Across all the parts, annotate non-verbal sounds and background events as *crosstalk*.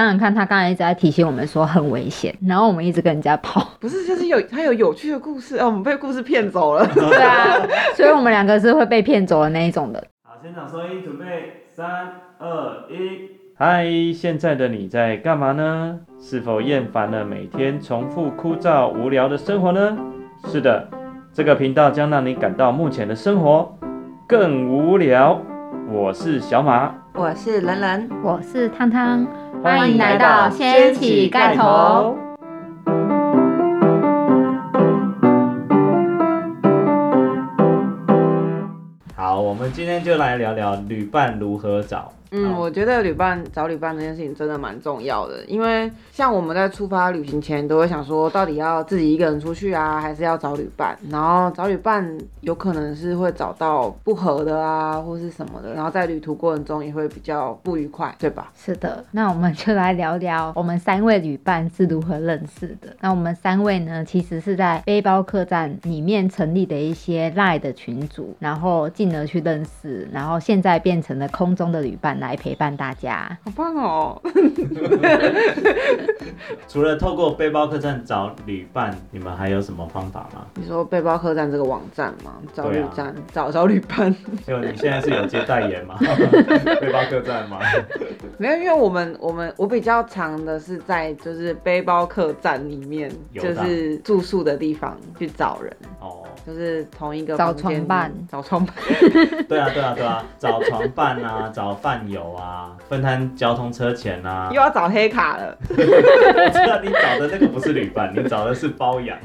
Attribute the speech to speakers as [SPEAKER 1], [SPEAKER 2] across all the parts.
[SPEAKER 1] 当然看他刚才一直在提醒我们说很危险，然后我们一直跟人家跑。
[SPEAKER 2] 不是，就是有他有有趣的故事啊，我们被故事骗走了。
[SPEAKER 1] 对啊， *laughs* 所以我们两个是会被骗走的那一种的。
[SPEAKER 3] 好，现场收音，准备，三、二、一。嗨，现在的你在干嘛呢？是否厌烦了每天重复枯燥无聊的生活呢？是的，这个频道将让你感到目前的生活更无聊。我是小马，
[SPEAKER 2] *laughs* 我是人人，
[SPEAKER 1] 我是汤汤，
[SPEAKER 3] 欢迎来到
[SPEAKER 1] 掀
[SPEAKER 3] 起
[SPEAKER 1] 盖。。
[SPEAKER 3] 好，我们今天就来聊聊旅伴如何找。
[SPEAKER 2] 嗯，
[SPEAKER 3] 好
[SPEAKER 2] 我觉得旅伴找旅伴这件事情真的蛮重要的，因为像我们在出发旅行前都会想说，到底要自己一个人出去啊，还是要找旅伴？然后找旅伴有可能是会找到不合的啊，或是什么的，然后在旅途过程中也会比较不愉快，对吧？
[SPEAKER 1] 是的，那我们就来聊聊我们三位旅伴是如何认识的。那我们三位呢，其实是在背包客栈里面成立的一些赖的群组，然后进而去认识，然后现在变成了空中的旅伴来陪伴大家。
[SPEAKER 2] 好棒哦！
[SPEAKER 3] 除了透过背包客栈找旅伴，你们还有什么方法
[SPEAKER 2] *laughs*
[SPEAKER 3] 吗？
[SPEAKER 2] 你说背包客栈这个网站吗？找
[SPEAKER 3] 对
[SPEAKER 2] 旅
[SPEAKER 3] 啊
[SPEAKER 2] 站，找 *laughs* 找旅伴。
[SPEAKER 3] 就你现在是有接代
[SPEAKER 2] *laughs*
[SPEAKER 3] 言吗？背包客栈吗？
[SPEAKER 2] 没有，因为我们我们我比较常的是在就是背包客栈里面，
[SPEAKER 3] 游
[SPEAKER 2] 就
[SPEAKER 3] 荡
[SPEAKER 2] 是住宿的地方去找人，
[SPEAKER 3] 哦，
[SPEAKER 2] 就是同一个
[SPEAKER 1] 找
[SPEAKER 2] 房间
[SPEAKER 1] 床伴，
[SPEAKER 2] 找床伴，
[SPEAKER 3] 对啊，对啊，对啊，找床伴啊， *laughs* 找伴友啊，分摊交通车钱啊
[SPEAKER 2] 又。要找黑卡了。
[SPEAKER 3] 我知 *laughs* 道你找的那个不是旅伴，你找的是包养。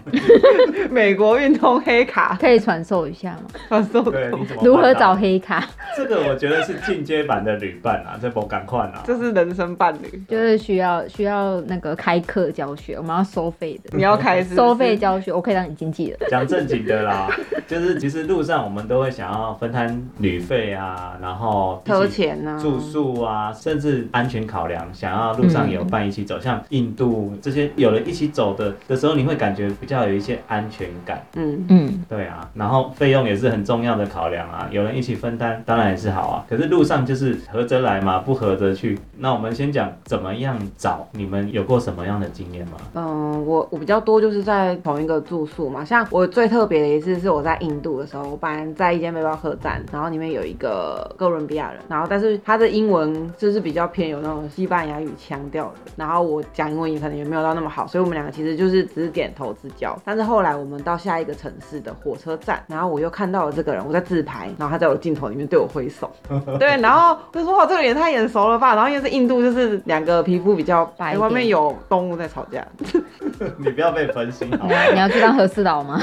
[SPEAKER 2] 美国运通黑卡，
[SPEAKER 1] 可以传授一下吗？
[SPEAKER 2] 他说
[SPEAKER 3] 对，你怎么办到啊
[SPEAKER 1] 如何找？黑卡？
[SPEAKER 3] 这个我觉得是进阶版的旅伴啊，这不赶快啊。
[SPEAKER 2] 这是人生伴侣，
[SPEAKER 1] 就是需要需要那个开课教学，我们要收费的，
[SPEAKER 2] 你要开始
[SPEAKER 1] 收费教学，我可以当你经纪人。
[SPEAKER 3] 讲正经的啦，就是其实路上我们都会想要分摊旅费啊，然后一起
[SPEAKER 2] 车钱呢、啊，
[SPEAKER 3] 住宿啊，甚至安全考量，想要路上有伴一起走，像印度这些有人一起走的的时候，你会感觉比较有一些安全感，
[SPEAKER 2] 嗯，
[SPEAKER 1] 嗯，
[SPEAKER 3] 对啊。然后费用也是很重要的考量啊，有人一起分担当然也是好啊。可是路上就是合则来嘛，不合则去。那我们先讲怎么样找，你们有过什么样的经验 *laughs* 吗？
[SPEAKER 2] 嗯，我我比较多就是在同一个住宿嘛，像我最特别的一次是我在印度的时候，我本来在一间背包客栈，然后里面有一个哥伦比亚人，然后但是他的英文就是比较偏有那种西班牙语腔调的，然后我讲英文也可能也没有到那么好，所以我们两个其实就是只是点头之交。但是后来我们到下一个城市的火车站，然后我又看到了这个人，我在自拍，然后他在我镜头里面对我挥手，对，然后就说哇，这个也太眼熟了吧，然后因为是印度，就是两个皮肤比较
[SPEAKER 1] 白一
[SPEAKER 2] 外面
[SPEAKER 1] 点
[SPEAKER 2] 有动物在吵架。
[SPEAKER 3] 你不要被分心好
[SPEAKER 1] 你
[SPEAKER 3] *laughs*
[SPEAKER 1] 要你要去当和事佬
[SPEAKER 2] *laughs*
[SPEAKER 1] 吗？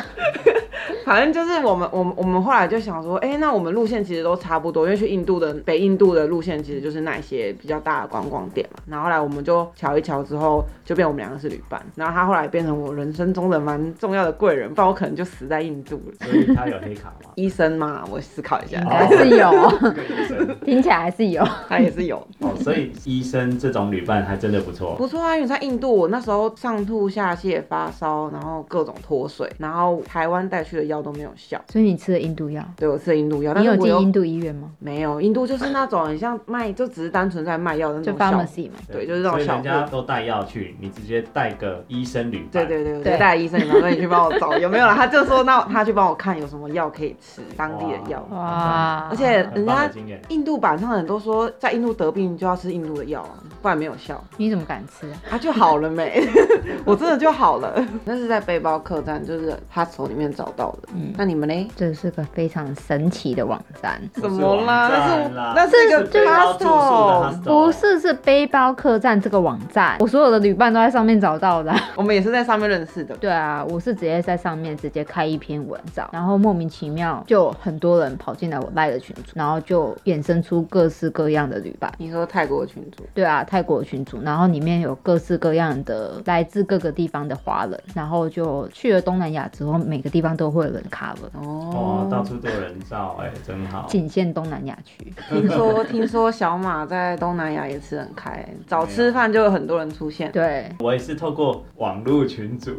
[SPEAKER 2] 反正就是我们，我们我们后来就想说，哎、那我们路线其实都差不多，因为去印度的北印度的路线其实就是那一些比较大的观光点嘛。然后后来我们就瞧一瞧之后，就变我们两个是旅伴。然后他后来变成我人生中的蛮重要的贵人，不然我可能就死在印度了。？
[SPEAKER 3] 所以他有黑卡吗
[SPEAKER 2] 医生嘛，我思考一下
[SPEAKER 1] 应，该是有，
[SPEAKER 3] 这个医生
[SPEAKER 1] 听起来还是有。
[SPEAKER 2] 他也是有
[SPEAKER 3] 哦，所以医生这种旅伴还真的不错。
[SPEAKER 2] 不错啊，因为在印度，我那时候上吐下泻、发烧，然后各种脱水，然后台湾带去的药都没有效。
[SPEAKER 1] *laughs* 所以你吃了印度药，
[SPEAKER 2] 对我吃了印度药，但
[SPEAKER 1] 你
[SPEAKER 2] 是
[SPEAKER 1] 有
[SPEAKER 2] 我
[SPEAKER 1] 进
[SPEAKER 2] 又
[SPEAKER 1] 印度医院吗？
[SPEAKER 2] 没有印度就是那种很像卖，就只是单纯在卖药的那
[SPEAKER 1] 就
[SPEAKER 2] 种小
[SPEAKER 1] pharmacy 嘛。
[SPEAKER 2] 对就是这种
[SPEAKER 3] 所以
[SPEAKER 2] 小
[SPEAKER 3] 人家都带药去，你直接带个医生旅
[SPEAKER 2] 对
[SPEAKER 3] 伴。
[SPEAKER 2] 对对，我就
[SPEAKER 1] 对
[SPEAKER 2] 带医生，然后你去帮我找有没有了。他就说那他去帮我看有什么药可以吃，当地的药。
[SPEAKER 1] 哦
[SPEAKER 3] 哇
[SPEAKER 1] 哇，
[SPEAKER 2] 而且
[SPEAKER 3] 很棒的经验。
[SPEAKER 2] 印度版上的人都说，在印度得病就要吃印度的药啊，不然没有效。
[SPEAKER 1] 你怎么敢吃啊？
[SPEAKER 2] 他、就好了没？ *laughs* 我真的就好了。那是在背包客栈，就是他手里面找到的。
[SPEAKER 1] 嗯
[SPEAKER 2] 那你们呢？
[SPEAKER 1] 这是个非常神奇的网站，
[SPEAKER 3] 不
[SPEAKER 2] 怎
[SPEAKER 3] 是
[SPEAKER 2] 么啦？
[SPEAKER 3] 网
[SPEAKER 2] 那
[SPEAKER 3] 站
[SPEAKER 2] 是
[SPEAKER 3] 啦
[SPEAKER 2] 那是一
[SPEAKER 3] 是
[SPEAKER 2] 个
[SPEAKER 3] 背包住宿的
[SPEAKER 2] hostel，
[SPEAKER 3] hostel
[SPEAKER 1] 不是是背包客栈这个网站，我所有的旅伴都在上面找到的啊。
[SPEAKER 2] 我们也是在上面认识的。
[SPEAKER 1] 对啊，我是直接在上面直接开一篇文章，然后莫名其妙就很多人跑进来我赖的群组，然后就衍生出各式各样的旅伴。
[SPEAKER 2] 你说泰国群主，
[SPEAKER 1] 对啊，泰国群组，然后里面有各式各样的来自各个地方的华人，然后就去了东南亚之后，每个地方都会有人 cover，
[SPEAKER 3] 哦，到
[SPEAKER 2] 哦，
[SPEAKER 3] 处都有人照，哎、真好。
[SPEAKER 1] 仅限东南亚区。
[SPEAKER 2] 听说听说小马在东南亚也吃很开，早吃饭就有很多人出现，
[SPEAKER 1] 对，
[SPEAKER 3] 我也是透过网络群组，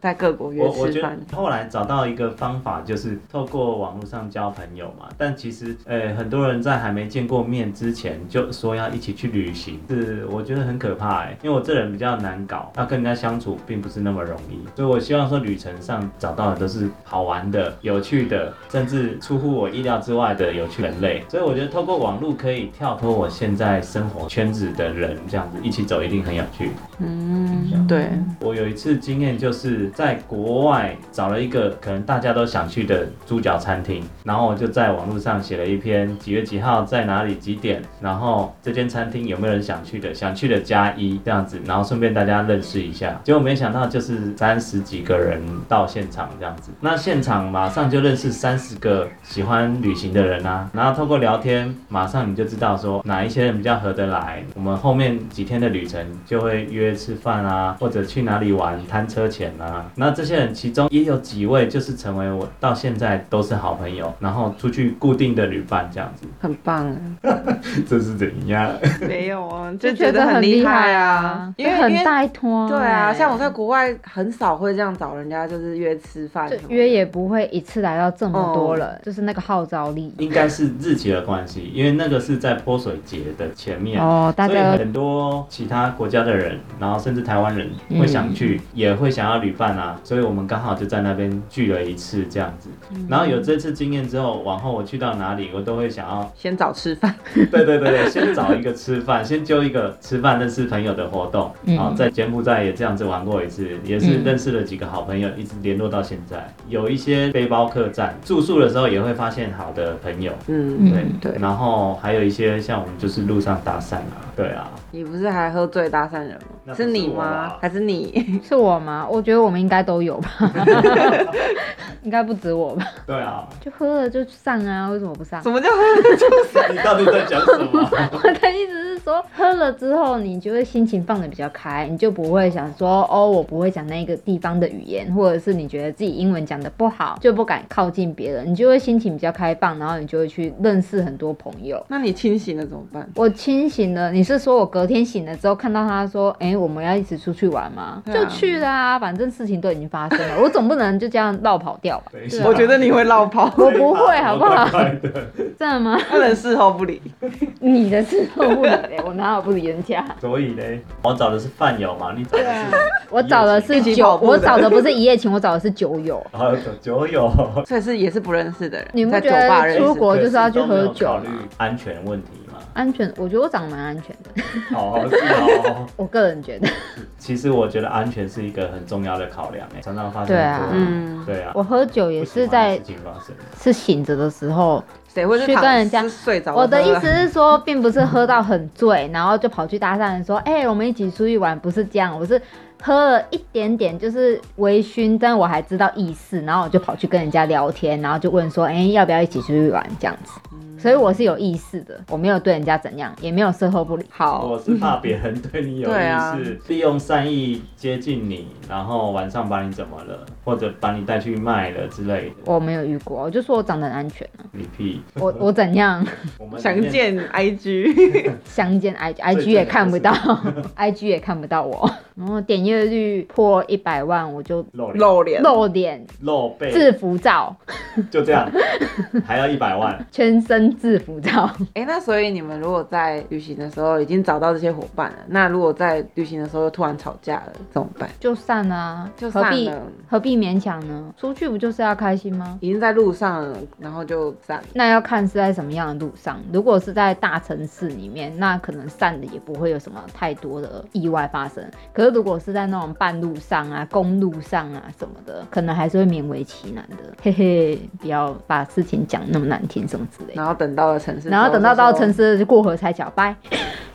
[SPEAKER 2] 在各国约
[SPEAKER 3] 我我
[SPEAKER 2] 吃
[SPEAKER 3] 觉
[SPEAKER 2] 饭。
[SPEAKER 3] 得后来找到一个方法，就是透过网络上交朋友嘛。但其实，呃，很多人在还没见过面之前就说要一起去旅行，是我觉得很可怕哎、因为我这人比较难搞，要跟人家相处并不是那么容易，所以我希望说旅程上找到的都是好玩的、有趣的，甚至出乎我意料之外的有趣人类。所以我觉得透过网络可以跳脱我现在生活圈子的人，这样子一起走一定很有趣。
[SPEAKER 2] 嗯，对，
[SPEAKER 3] 我有一次经验，就是在国外找了一个可能大家都想去的猪脚餐厅，然后我就在网络上写了一篇几月几号在哪里几点，然后这间餐厅有没有人想去的，想去的加一这样子，然后顺便大家认识一下。结果没想到就是三十几个人到现场这样子，那现场马上就认识三十个喜欢旅行的人啊，然后透过聊天，马上你就知道说哪一些人比较合得来，我们后面几天的旅程就会约吃饭啊，或者去哪里玩摊车钱啊。那这些人其中也有几位就是成为我到现在都是好朋友，然后出去固定的旅伴这样子，
[SPEAKER 2] 很棒哎。
[SPEAKER 3] *laughs* 这是怎样？
[SPEAKER 2] 没有啊，
[SPEAKER 1] 就
[SPEAKER 2] 就觉得很厉害啊，
[SPEAKER 1] 这
[SPEAKER 2] 因为
[SPEAKER 1] 很。欸
[SPEAKER 2] 因为
[SPEAKER 1] 大一团。
[SPEAKER 2] 对啊，像我在国外很少会这样找人家，就是约吃饭
[SPEAKER 1] 就
[SPEAKER 2] 什么的，
[SPEAKER 1] 约也不会一次来到这么多
[SPEAKER 2] 哦
[SPEAKER 1] 人，就是那个号召力。
[SPEAKER 3] 应该是日期的关系，因为那个是在泼水节的前面。
[SPEAKER 1] 哦，大
[SPEAKER 3] 所以
[SPEAKER 1] 家
[SPEAKER 3] 很多其他国家的人，然后甚至台湾人
[SPEAKER 1] 嗯
[SPEAKER 3] 会想去，也会想要旅伴啊，所以我们刚好就在那边聚了一次这样子。
[SPEAKER 1] 嗯
[SPEAKER 3] 然后有这次经验之后，往后我去到哪里，我都会想要， *clears throat*
[SPEAKER 2] 先找吃饭，
[SPEAKER 3] 对对对对，先找一个吃饭， *laughs* 先揪一个吃饭认识朋友的活动。
[SPEAKER 1] 嗯
[SPEAKER 3] 然后在柬埔寨也这样子玩过一次，也是
[SPEAKER 1] 嗯
[SPEAKER 3] 认识了几个好朋友，一直联络到现在。有一些背包客栈住宿的时候，也会发现好的朋友。
[SPEAKER 2] *laughs* 嗯，
[SPEAKER 3] 对、
[SPEAKER 1] 嗯
[SPEAKER 2] 对
[SPEAKER 3] 然后还有一些像我们就是路上搭讪啊，对啊，
[SPEAKER 2] 你不是还喝醉搭讪人
[SPEAKER 3] 那
[SPEAKER 2] 吗？
[SPEAKER 3] 不是
[SPEAKER 2] 是你
[SPEAKER 3] 我
[SPEAKER 2] 吗
[SPEAKER 3] 啊？
[SPEAKER 2] 还是你？ *laughs*
[SPEAKER 1] 是我吗？我觉得我们应该都有吧，应该不止我吧？
[SPEAKER 3] 对啊，
[SPEAKER 1] 就喝了就上啊，为什么不上
[SPEAKER 2] 什？么叫
[SPEAKER 3] 你到底在讲什
[SPEAKER 1] *laughs*
[SPEAKER 3] 么？
[SPEAKER 1] 我的意思是说，喝了之后你就会心情放得比较开，你就不会想说哦，我不会讲那个地方的语言，或者是你觉得自己英文讲得不好，就不敢靠近别人，你就会心情比较开放，然后你就会去认识很多朋友。
[SPEAKER 2] *laughs* 那你清醒了怎么办？
[SPEAKER 1] 我清醒了，你是说我隔天醒了之后看到他说，哎、我们要一起出去玩吗？
[SPEAKER 2] 对啊
[SPEAKER 1] 就去啦、反正事情都已经发生了，我总不能就这样绕跑掉吧？
[SPEAKER 3] 等一下
[SPEAKER 2] 我觉得你会落跑，
[SPEAKER 1] 啊
[SPEAKER 2] *laughs*
[SPEAKER 1] 我不
[SPEAKER 3] *laughs*
[SPEAKER 1] 会，好不好？
[SPEAKER 3] 怪怪的
[SPEAKER 1] 真的吗？
[SPEAKER 2] 不能事后不理。
[SPEAKER 1] 你的事后不理嘞，我哪有不理人家？
[SPEAKER 3] 所以嘞，我找的是饭友嘛，你找的是，
[SPEAKER 1] *laughs* 我找的
[SPEAKER 3] 一
[SPEAKER 1] 是
[SPEAKER 3] 夜
[SPEAKER 2] 情
[SPEAKER 1] 酒，
[SPEAKER 2] 跑步的
[SPEAKER 1] 我找的不是一夜情，我 *laughs* 找的是酒友。
[SPEAKER 3] 然后找酒友，
[SPEAKER 1] *laughs*
[SPEAKER 2] 所以是也是不认识的
[SPEAKER 1] 你
[SPEAKER 2] 人，
[SPEAKER 1] 不
[SPEAKER 2] 在
[SPEAKER 1] 觉
[SPEAKER 2] 酒吧认
[SPEAKER 1] 得出
[SPEAKER 2] 识。
[SPEAKER 1] 国就是要去喝
[SPEAKER 3] 可是
[SPEAKER 1] 酒
[SPEAKER 3] 都没有考
[SPEAKER 1] 吗？
[SPEAKER 3] 虑安全问题嘛。
[SPEAKER 1] 安全，我觉得我长得蛮安全的，
[SPEAKER 3] 哦，是
[SPEAKER 1] *laughs*
[SPEAKER 3] 哦。
[SPEAKER 1] 我个人觉得，
[SPEAKER 3] 其实我觉得安全是一个很重要的考量诶，欸常常发生
[SPEAKER 1] 对啊
[SPEAKER 3] 很多
[SPEAKER 2] 嗯
[SPEAKER 3] 对啊，
[SPEAKER 1] 我喝酒也是在
[SPEAKER 3] 不喜欢的事情发生。
[SPEAKER 1] 是醒着的时候
[SPEAKER 2] 谁会去
[SPEAKER 1] 去
[SPEAKER 2] 躺
[SPEAKER 1] 跟人家
[SPEAKER 2] 是睡着？
[SPEAKER 1] 我的
[SPEAKER 3] 啊
[SPEAKER 1] 意思，是说，并不是喝到很醉，然后就跑去搭讪人说：“ *laughs* 哎、我们一起出去玩。”不是这样，我是喝了一点点，就是微醺，但我还知道意识，然后我就跑去跟人家聊天，然后就问说：“哎、要不要一起出去玩？”这样子，
[SPEAKER 3] 嗯
[SPEAKER 1] 所以我是有意识的，我没有对人家怎样，也没有事后不理。好，
[SPEAKER 3] 我是怕别人对
[SPEAKER 1] *laughs*
[SPEAKER 3] 你有意
[SPEAKER 2] 对啊
[SPEAKER 3] 思，利用善意接近你，然后晚上把你怎么了，或者把你带去卖了之类的。
[SPEAKER 1] 我没有遇过，我就说我长得很安全
[SPEAKER 3] *laughs*
[SPEAKER 1] 啊、
[SPEAKER 3] 你屁！
[SPEAKER 1] 我我怎样
[SPEAKER 3] 我们
[SPEAKER 2] 想
[SPEAKER 3] 里面
[SPEAKER 2] 见
[SPEAKER 1] *laughs*
[SPEAKER 2] IG，
[SPEAKER 1] 相见 I I G
[SPEAKER 3] 最正
[SPEAKER 1] 也看不到
[SPEAKER 3] 的
[SPEAKER 1] ，I G 也看不到我，然后点阅率破一百万，我就
[SPEAKER 3] 露脸
[SPEAKER 2] 露脸，
[SPEAKER 1] 露脸
[SPEAKER 3] 露背，
[SPEAKER 1] 制服照。
[SPEAKER 3] 就这样，还要一百万。
[SPEAKER 1] 全身制服照，
[SPEAKER 2] 哎、那所以你们如果在旅行的时候已经找到这些伙伴了，那如果在旅行的时候又突然吵架了，怎么办？
[SPEAKER 1] *laughs* 就散啊，
[SPEAKER 2] 就
[SPEAKER 1] 何
[SPEAKER 2] 散
[SPEAKER 1] 必
[SPEAKER 2] 了
[SPEAKER 1] 何必勉强呢？出去不就是要开心吗？
[SPEAKER 2] 已经在路上了，然后就散了。
[SPEAKER 1] 那要看是在什么样的路上。如果是在大城市里面，那可能散的也不会有什么太多的意外发生。可是如果是在那种半路上啊、公路上啊什么的，可能还是会勉为其难的。嘿嘿，不要把事情讲那么难听什么之类的。
[SPEAKER 2] 然后等到了城市，
[SPEAKER 1] 然后等到到城
[SPEAKER 2] 市，
[SPEAKER 1] 市过河拆桥，拜。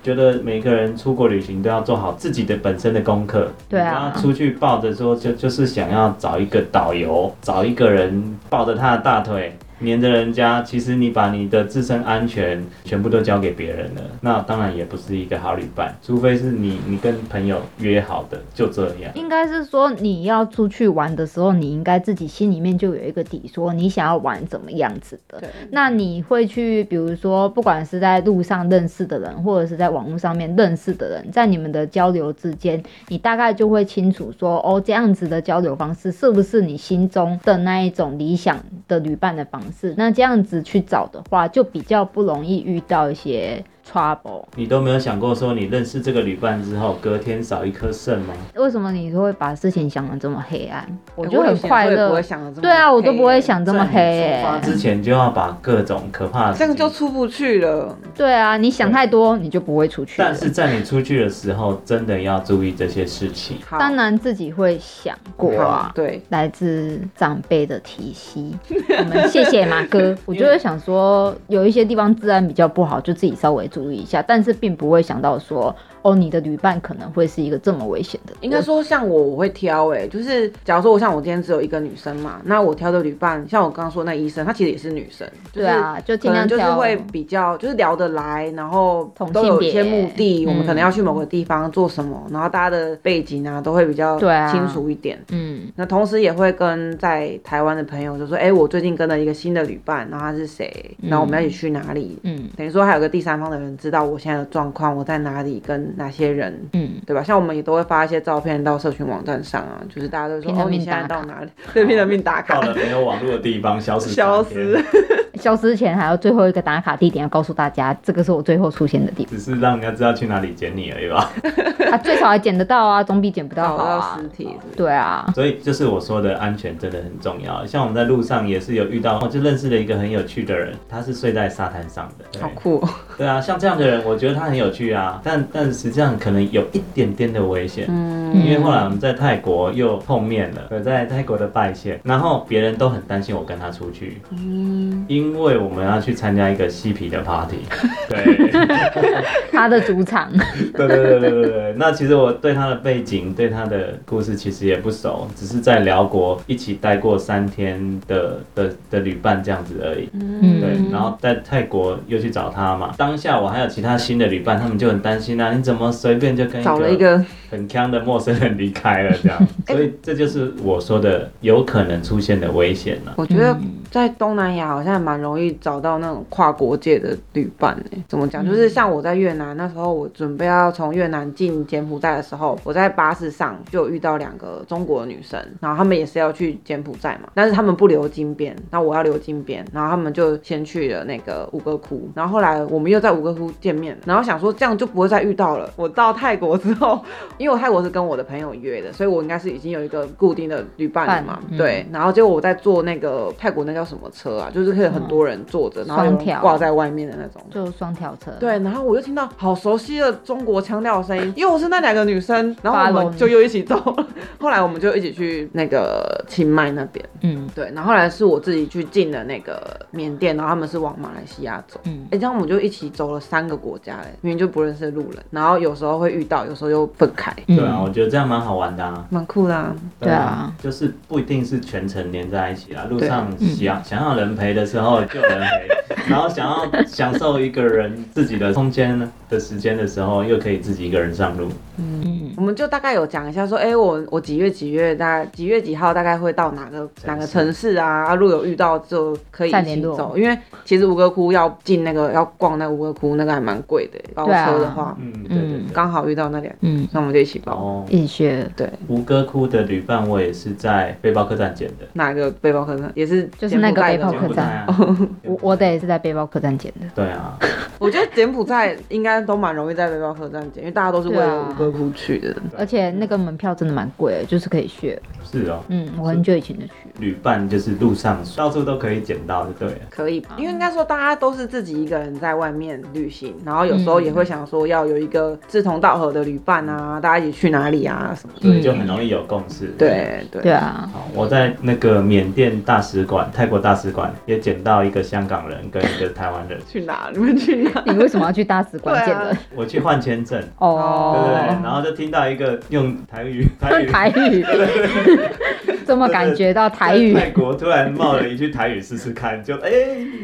[SPEAKER 3] 觉得每个人出国旅行都要做好自己的本身的功课。
[SPEAKER 1] 对啊
[SPEAKER 3] 然后出去抱着说就就是想要找一个导游，找一个人抱着他的大腿，黏着人家，其实你把你的自身安全全部都交给别人了，那当然也不是一个好旅伴，除非是你你跟朋友约好的，就这样。
[SPEAKER 1] 应该是说，你要出去玩的时候，你应该自己心里面就有一个底，说你想要玩怎么样子的。
[SPEAKER 2] 对，
[SPEAKER 1] 那你会去，比如说，不管是在路上认识的人，或者是在网络上面认识的人，在你们的交流之间，你大概就会清楚说，哦，这样子的交流方式是不是你心中的那一种理想的旅伴的方式？那这样子去找的话，就比较不容易遇到一些 trouble。
[SPEAKER 3] 你都没有想过说你认识这个旅伴之后，隔天少一颗肾吗？
[SPEAKER 1] 为什么你会把事情想得这么黑暗？我
[SPEAKER 2] 欸
[SPEAKER 1] 就很
[SPEAKER 2] 以前
[SPEAKER 1] 快
[SPEAKER 2] 我也
[SPEAKER 1] 乐。
[SPEAKER 2] 不会想的这么
[SPEAKER 1] 对啊，我都
[SPEAKER 2] 黑
[SPEAKER 1] 不会
[SPEAKER 2] 欸，
[SPEAKER 1] 想这么黑欸
[SPEAKER 3] 在你
[SPEAKER 1] 耶、
[SPEAKER 3] 出发之前就要把各种可怕的事
[SPEAKER 2] 这
[SPEAKER 3] 情
[SPEAKER 2] 样就出不去了。
[SPEAKER 1] 对啊，你想太多，你就不会出去了
[SPEAKER 3] 但是在你出去的时候，真的要注意这些事情。
[SPEAKER 2] 好，
[SPEAKER 1] 当然自己会想过
[SPEAKER 2] 好
[SPEAKER 3] 嗯
[SPEAKER 1] 啊。
[SPEAKER 2] 对，
[SPEAKER 1] 来自长辈的提携，我们谢谢马
[SPEAKER 3] *laughs*
[SPEAKER 1] 哥。我就会想说，有一些地方治安比较不好，就自己稍微注意一下，但是并不会想到说，哦，你的旅伴可能会是一个这么危险的人。
[SPEAKER 2] 应该说像我，我会挑哎、就是假如说我像我今天只有一个女生嘛，那我挑的旅伴，像我刚刚说那医生，他其实也是女生，就
[SPEAKER 1] 对
[SPEAKER 2] 是
[SPEAKER 1] 啊，就
[SPEAKER 2] 可
[SPEAKER 1] 尽
[SPEAKER 2] 能
[SPEAKER 1] 量
[SPEAKER 2] 就是
[SPEAKER 1] 挑
[SPEAKER 2] 会比较就是聊得来，然后
[SPEAKER 1] 同性
[SPEAKER 2] 都有一些
[SPEAKER 1] 别
[SPEAKER 2] 目的，我们可能
[SPEAKER 1] 嗯
[SPEAKER 2] 要去某个地方做什么，然后大家的背景啊都会比较
[SPEAKER 1] 对啊
[SPEAKER 2] 清楚一点。
[SPEAKER 1] 嗯，
[SPEAKER 2] 那同时也会跟在台湾的朋友就说，哎、我最近跟了一个新的旅伴，然后他是谁，然后我们要一起去哪里，
[SPEAKER 1] 嗯
[SPEAKER 2] 等于说还有个第三方的人知道我现在的状况，我在哪里，跟哪些人，
[SPEAKER 1] 嗯，
[SPEAKER 2] 对吧？像我们也都会发一些照片到社群网站上啊，就是大家都说
[SPEAKER 1] 拼了
[SPEAKER 2] 哦，你
[SPEAKER 1] 命
[SPEAKER 2] 现在
[SPEAKER 1] 打
[SPEAKER 2] 到
[SPEAKER 1] 卡
[SPEAKER 2] 哪里？对，拼了命打
[SPEAKER 3] 到
[SPEAKER 2] 卡，
[SPEAKER 3] 了没有网络的地方，消失
[SPEAKER 2] 消
[SPEAKER 3] 三天
[SPEAKER 2] 失。
[SPEAKER 1] 消失前还有最后一个打卡地点要告诉大家，这个是我最后出现的地
[SPEAKER 3] 只是让人家知道去哪里捡你而已吧。 *laughs*
[SPEAKER 1] 方。啊，最少还捡得到啊，总比捡不到
[SPEAKER 2] 找
[SPEAKER 1] 好
[SPEAKER 2] 到
[SPEAKER 1] 啊
[SPEAKER 2] 尸。体是不是
[SPEAKER 1] 对啊，
[SPEAKER 3] 所以就是我说的安全真的很重要。像我们在路上也是有遇到，我就认识了一个很有趣的人，他是睡在沙滩上的。对
[SPEAKER 2] 好酷、哦，
[SPEAKER 3] 对啊，像这样的人，我觉得他很有趣啊，但但实际上可能有一点点的危险。
[SPEAKER 2] 嗯，
[SPEAKER 3] 因为后来我们在泰国又碰面了，对在泰国的拜县，然后别人都很担心我跟他出去，
[SPEAKER 2] 嗯，
[SPEAKER 3] 因为我们要去参加一个嬉皮的 party。对。
[SPEAKER 1] 他的主场。
[SPEAKER 3] *laughs* 对对对对对对。那其实我对他的背景、对他的故事其实也不熟，只是在辽国一起待过三天的的的旅伴这样子而已。
[SPEAKER 1] 嗯
[SPEAKER 3] 对，然后在泰国又去找他嘛。当下我还有其他新的旅伴，他们就很担心啊，你怎么随便就跟
[SPEAKER 2] 找了一个哎
[SPEAKER 3] 很强的陌生人离开了
[SPEAKER 2] *laughs*
[SPEAKER 3] 这样？所以这就是我说的有可能出现的危险啊了、
[SPEAKER 2] 我觉得
[SPEAKER 1] 嗯
[SPEAKER 2] 在东南亚好像蛮容易找到那种跨国界的旅伴诶、怎么讲？就是像我在越南那时候，我准备要从越南进柬埔寨的时候，我在巴士上就有遇到两个中国女生，然后她们也是要去柬埔寨嘛，但是她们不留金边，那我要留金边，然后她们就先去了那个吴哥窟，然后后来我们又在吴哥窟见面，然后想说这样就不会再遇到了。我到泰国之后， *laughs* 因为我泰国是跟我的朋友约的，所以我应该是已经有一个固定的旅伴了嘛，
[SPEAKER 1] 伴嗯
[SPEAKER 2] 对。然后结果我在坐那个泰国那叫什么车啊，就是可以很多人坐着，然后
[SPEAKER 1] 嗯
[SPEAKER 2] 有
[SPEAKER 1] 双
[SPEAKER 2] 人
[SPEAKER 1] 条
[SPEAKER 2] 挂在外面的那种。
[SPEAKER 1] 就双条车。
[SPEAKER 2] 对，然后我就听到好熟悉的中国腔调的声音，又是那两个女生，然后我
[SPEAKER 1] Follow
[SPEAKER 2] 们
[SPEAKER 1] 你
[SPEAKER 2] 就又一起走 *laughs* 了。后来我们就一起去那个清迈那边，
[SPEAKER 1] 嗯
[SPEAKER 2] 对，然后后来是我自己去进了那个缅甸，然后他们是往马来西亚走。
[SPEAKER 1] 嗯
[SPEAKER 2] 哎、，这样我们就一起走了三个国家嘞，明明就不认识的路人，然后有时候会遇到，有时候又分开，
[SPEAKER 1] 嗯
[SPEAKER 3] 对啊，我觉得这样蛮好玩的啊。
[SPEAKER 2] 蛮酷的、啊。
[SPEAKER 1] 对啊，
[SPEAKER 3] 就是不一定是全程连在一起啦。路
[SPEAKER 2] 对
[SPEAKER 3] 上
[SPEAKER 1] 嗯
[SPEAKER 3] 想想要人陪的时候就有人陪，然后想
[SPEAKER 1] *laughs*
[SPEAKER 3] 要享受一个人自己的空间的时间的时候，又可以自己一个人上路。
[SPEAKER 1] 嗯，
[SPEAKER 2] 我们就大概有讲一下说，哎、我我几月几月大概几月几号大概会到哪个
[SPEAKER 3] 市
[SPEAKER 2] 哪个城市啊？啊如果有遇到就可以
[SPEAKER 1] 再
[SPEAKER 2] 一起
[SPEAKER 1] 联络
[SPEAKER 2] 走，因为其实吴哥窟要进那个要逛那个吴哥窟那个还蛮贵的，包
[SPEAKER 1] 对啊啊
[SPEAKER 2] 车的话
[SPEAKER 3] 嗯，对对对。
[SPEAKER 2] 刚、好遇到那两个，
[SPEAKER 1] 嗯，
[SPEAKER 2] 那我们就一起
[SPEAKER 3] 然
[SPEAKER 2] 包。
[SPEAKER 3] 后
[SPEAKER 1] 一起学
[SPEAKER 2] 对，
[SPEAKER 3] 哦吴哥窟的旅伴，我也是在背包客栈捡的。
[SPEAKER 2] 哪个背包客栈也是
[SPEAKER 1] 就是那个
[SPEAKER 2] 柬埔寨的
[SPEAKER 1] 背包客栈
[SPEAKER 2] 吗
[SPEAKER 3] 柬埔寨啊
[SPEAKER 1] *laughs* 我我得也是在背包客栈捡的。
[SPEAKER 3] 对啊，
[SPEAKER 2] 我觉得柬埔寨应该都蛮容易在背包客栈捡，因为大家都是为
[SPEAKER 1] 啊
[SPEAKER 2] 了吴哥窟去的。
[SPEAKER 1] 而且那个门票真的蛮贵的，就是可以学。
[SPEAKER 3] 是哦。
[SPEAKER 1] 嗯，我很久以前就去。
[SPEAKER 3] 旅伴就是路上到处都可以捡到，就对了。
[SPEAKER 2] 可以吧？因为应该说大家都是自己一个人在外面旅行，然后有时候
[SPEAKER 1] 嗯
[SPEAKER 2] 也会想说要有一个志同道合的旅伴啊，大家一起去哪里啊什么的。
[SPEAKER 3] 所以就很容易有共识。。
[SPEAKER 2] 对对，
[SPEAKER 1] 嗯对啊，
[SPEAKER 3] 好，我在那个缅甸大使馆、泰国大使馆也捡到一个香港人跟一个台湾人，
[SPEAKER 2] 去哪？你们去哪？
[SPEAKER 1] 你为什么要去大使馆捡的
[SPEAKER 2] 对？
[SPEAKER 3] 我去换签证，对对对，
[SPEAKER 1] 哦，
[SPEAKER 3] 然后就听到一个用台语台语
[SPEAKER 1] *laughs* 台语，怎么感觉到台语
[SPEAKER 3] 在？泰国突然冒了一句台语试试看，就哎、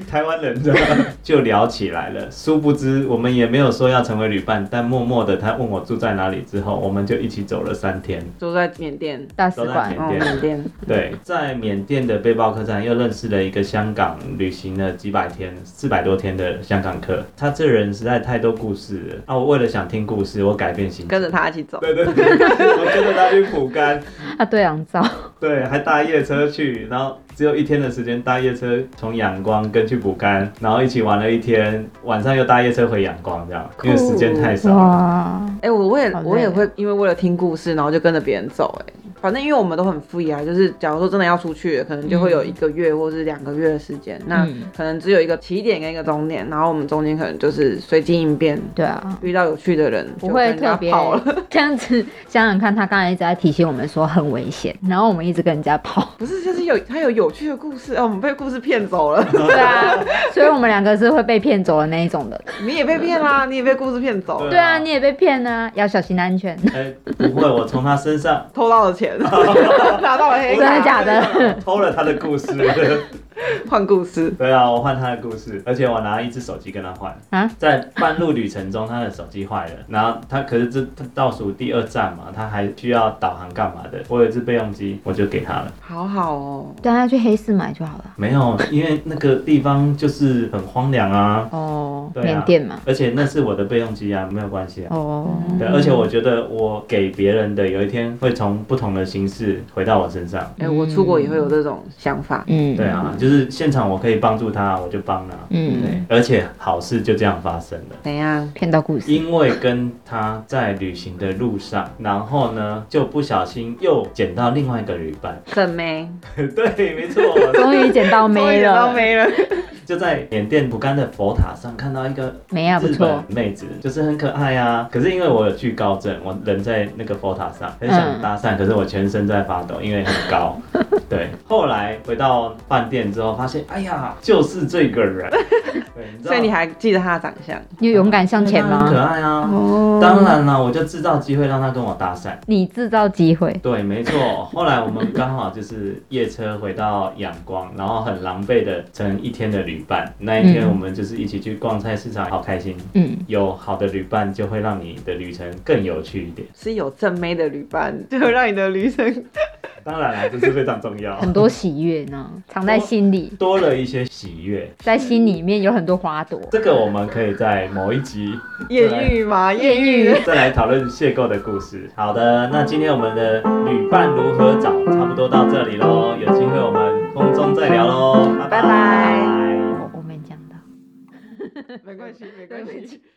[SPEAKER 3] 台湾人的就聊起来了。殊不知我们也没有说要成为旅伴，但默默的他问我住在哪里之后，我们就一起走了三天。
[SPEAKER 2] 住在缅甸，
[SPEAKER 1] 大使
[SPEAKER 3] 都在
[SPEAKER 1] 馆
[SPEAKER 3] 缅
[SPEAKER 2] 哦，
[SPEAKER 3] 甸
[SPEAKER 2] 缅甸，
[SPEAKER 3] 对，在缅甸的背包客栈又认识了一个香港旅行了几百天、四百多天的香港客。他这人实在太多故事了啊！我为了想听故事，我改变行
[SPEAKER 2] 跟
[SPEAKER 3] 程。
[SPEAKER 2] 着他一起走。
[SPEAKER 3] 对对对， *laughs* 我跟着他去蒲甘，
[SPEAKER 1] 啊，对昂照，
[SPEAKER 3] 对，还搭夜车去，然后只有一天的时间搭夜车从仰光跟去蒲甘，然后一起玩了一天，晚上又搭夜车回仰光，这样，因为时间太少了。
[SPEAKER 1] 哇，
[SPEAKER 2] 哎、我我也
[SPEAKER 1] 好累啊
[SPEAKER 2] 我也会因为为了听故事，然后就跟着别人走、哎，反正因为我们都很 free 啊，就是假如说真的要出去，可能就会有一个月或是两个月的时间，那
[SPEAKER 1] 嗯
[SPEAKER 2] 可能只有一个起点跟一个终点，然后我们中间可能就是随机应变，
[SPEAKER 1] 对啊。
[SPEAKER 2] 遇到有趣的人
[SPEAKER 1] 不会
[SPEAKER 2] 就跟
[SPEAKER 1] 特
[SPEAKER 2] 人
[SPEAKER 1] 别
[SPEAKER 2] 家跑了。
[SPEAKER 1] *laughs* 这样子，想想看，他刚才一直在提醒我们说很危险，然后我们一直跟人家 *laughs* 跑，
[SPEAKER 2] 不是，就是有他有有趣的故事哦，我们被故事骗走了，
[SPEAKER 1] 对啊， *laughs* 所以我们两个是会被骗走的那一种的。
[SPEAKER 2] 你也被骗啦、你也被故事骗走了，
[SPEAKER 1] 对啊，你也被骗啊，要小心安全。
[SPEAKER 3] 哎、不会，我从他身上
[SPEAKER 2] 偷到了钱，拿到了黑
[SPEAKER 1] 真的
[SPEAKER 2] 卡，
[SPEAKER 1] 假的？ *laughs*
[SPEAKER 3] 偷了他的故事。
[SPEAKER 2] 换故事。
[SPEAKER 3] 对啊，我换他的故事，而且我拿一只手机跟他换。
[SPEAKER 1] 啊
[SPEAKER 3] 在半路旅程中，他的手机坏了，然后他可是这倒数第二站嘛，他还需要导航干嘛的？我有一只备用机，我就给他了。
[SPEAKER 2] 好好哦，
[SPEAKER 1] 等下啊去黑市买就好了。
[SPEAKER 3] 没有，因为那个地方就是很荒凉啊，
[SPEAKER 1] 哦，
[SPEAKER 3] 对啊
[SPEAKER 1] 缅甸嘛。
[SPEAKER 3] 而且那是我的备用机啊，没有关系啊。
[SPEAKER 1] 哦，
[SPEAKER 3] 对，而且我觉得我给别人的，有一天会从不同的形式回到我身上。
[SPEAKER 2] 哎、我出国也会有这种想法，
[SPEAKER 1] 嗯，
[SPEAKER 3] 对，啊，就是现场我可以帮助他，我就帮他。
[SPEAKER 1] 嗯
[SPEAKER 3] 对，而且好事就这样发生了。
[SPEAKER 2] 怎样？
[SPEAKER 1] 骗到故事。
[SPEAKER 3] 因为跟他在旅行的路上，然后呢就不小心又捡到另外一个旅伴， *laughs*
[SPEAKER 2] 正妹，
[SPEAKER 3] 对，没错，
[SPEAKER 1] *laughs* 终于捡到
[SPEAKER 2] 终
[SPEAKER 3] *laughs*
[SPEAKER 2] 于
[SPEAKER 1] 妹
[SPEAKER 2] 捡到
[SPEAKER 1] 了，
[SPEAKER 2] 没了，
[SPEAKER 3] 就在缅甸蒲甘的佛塔上看到一个
[SPEAKER 1] 没啊，不
[SPEAKER 3] 日
[SPEAKER 1] 错
[SPEAKER 3] 本。妹子，就是很可爱啊。可是因为我有惧高症，我人在那个佛塔上，很想搭讪，可是我全身在发抖，因为很
[SPEAKER 1] *laughs*
[SPEAKER 3] 高。对，后来回到饭店之后，发现哎呀，就是这个
[SPEAKER 1] *laughs*
[SPEAKER 3] 人。对，你知道
[SPEAKER 2] 所以你还记得他的长相？
[SPEAKER 1] 你有勇敢向前
[SPEAKER 3] 很可
[SPEAKER 1] 吗？
[SPEAKER 3] 爱啊。
[SPEAKER 2] 哦
[SPEAKER 3] 当，然了，我就制造机会让他跟我搭讪。
[SPEAKER 1] 你制造机会，
[SPEAKER 3] 对，没错。后来我们刚好就是夜车回到仰光，然后很狼狈的成一天的旅伴。那一天
[SPEAKER 1] 嗯
[SPEAKER 3] 我们就是一起去逛菜市场，好开心。
[SPEAKER 1] 嗯，
[SPEAKER 3] 有好的旅伴，就会让你的旅程更有趣一点。
[SPEAKER 2] 是有正妹的旅伴，就让你的旅程
[SPEAKER 3] 当然了，这是非常重要，
[SPEAKER 1] 很多喜悦呢，藏在心里，
[SPEAKER 3] 多了一些喜悦。
[SPEAKER 1] 在心里面有很多花朵。
[SPEAKER 3] 这个我们可以在某一集
[SPEAKER 2] 艳遇吗？艳遇。
[SPEAKER 3] 再来讨论邂逅的故事。好的，那今天我们的旅伴如何找，差不多到这里喽。有机会我们空中再聊喽，
[SPEAKER 2] 拜
[SPEAKER 3] 拜
[SPEAKER 2] 拜
[SPEAKER 1] 我我没讲到。
[SPEAKER 2] 没关系，没
[SPEAKER 1] 关系。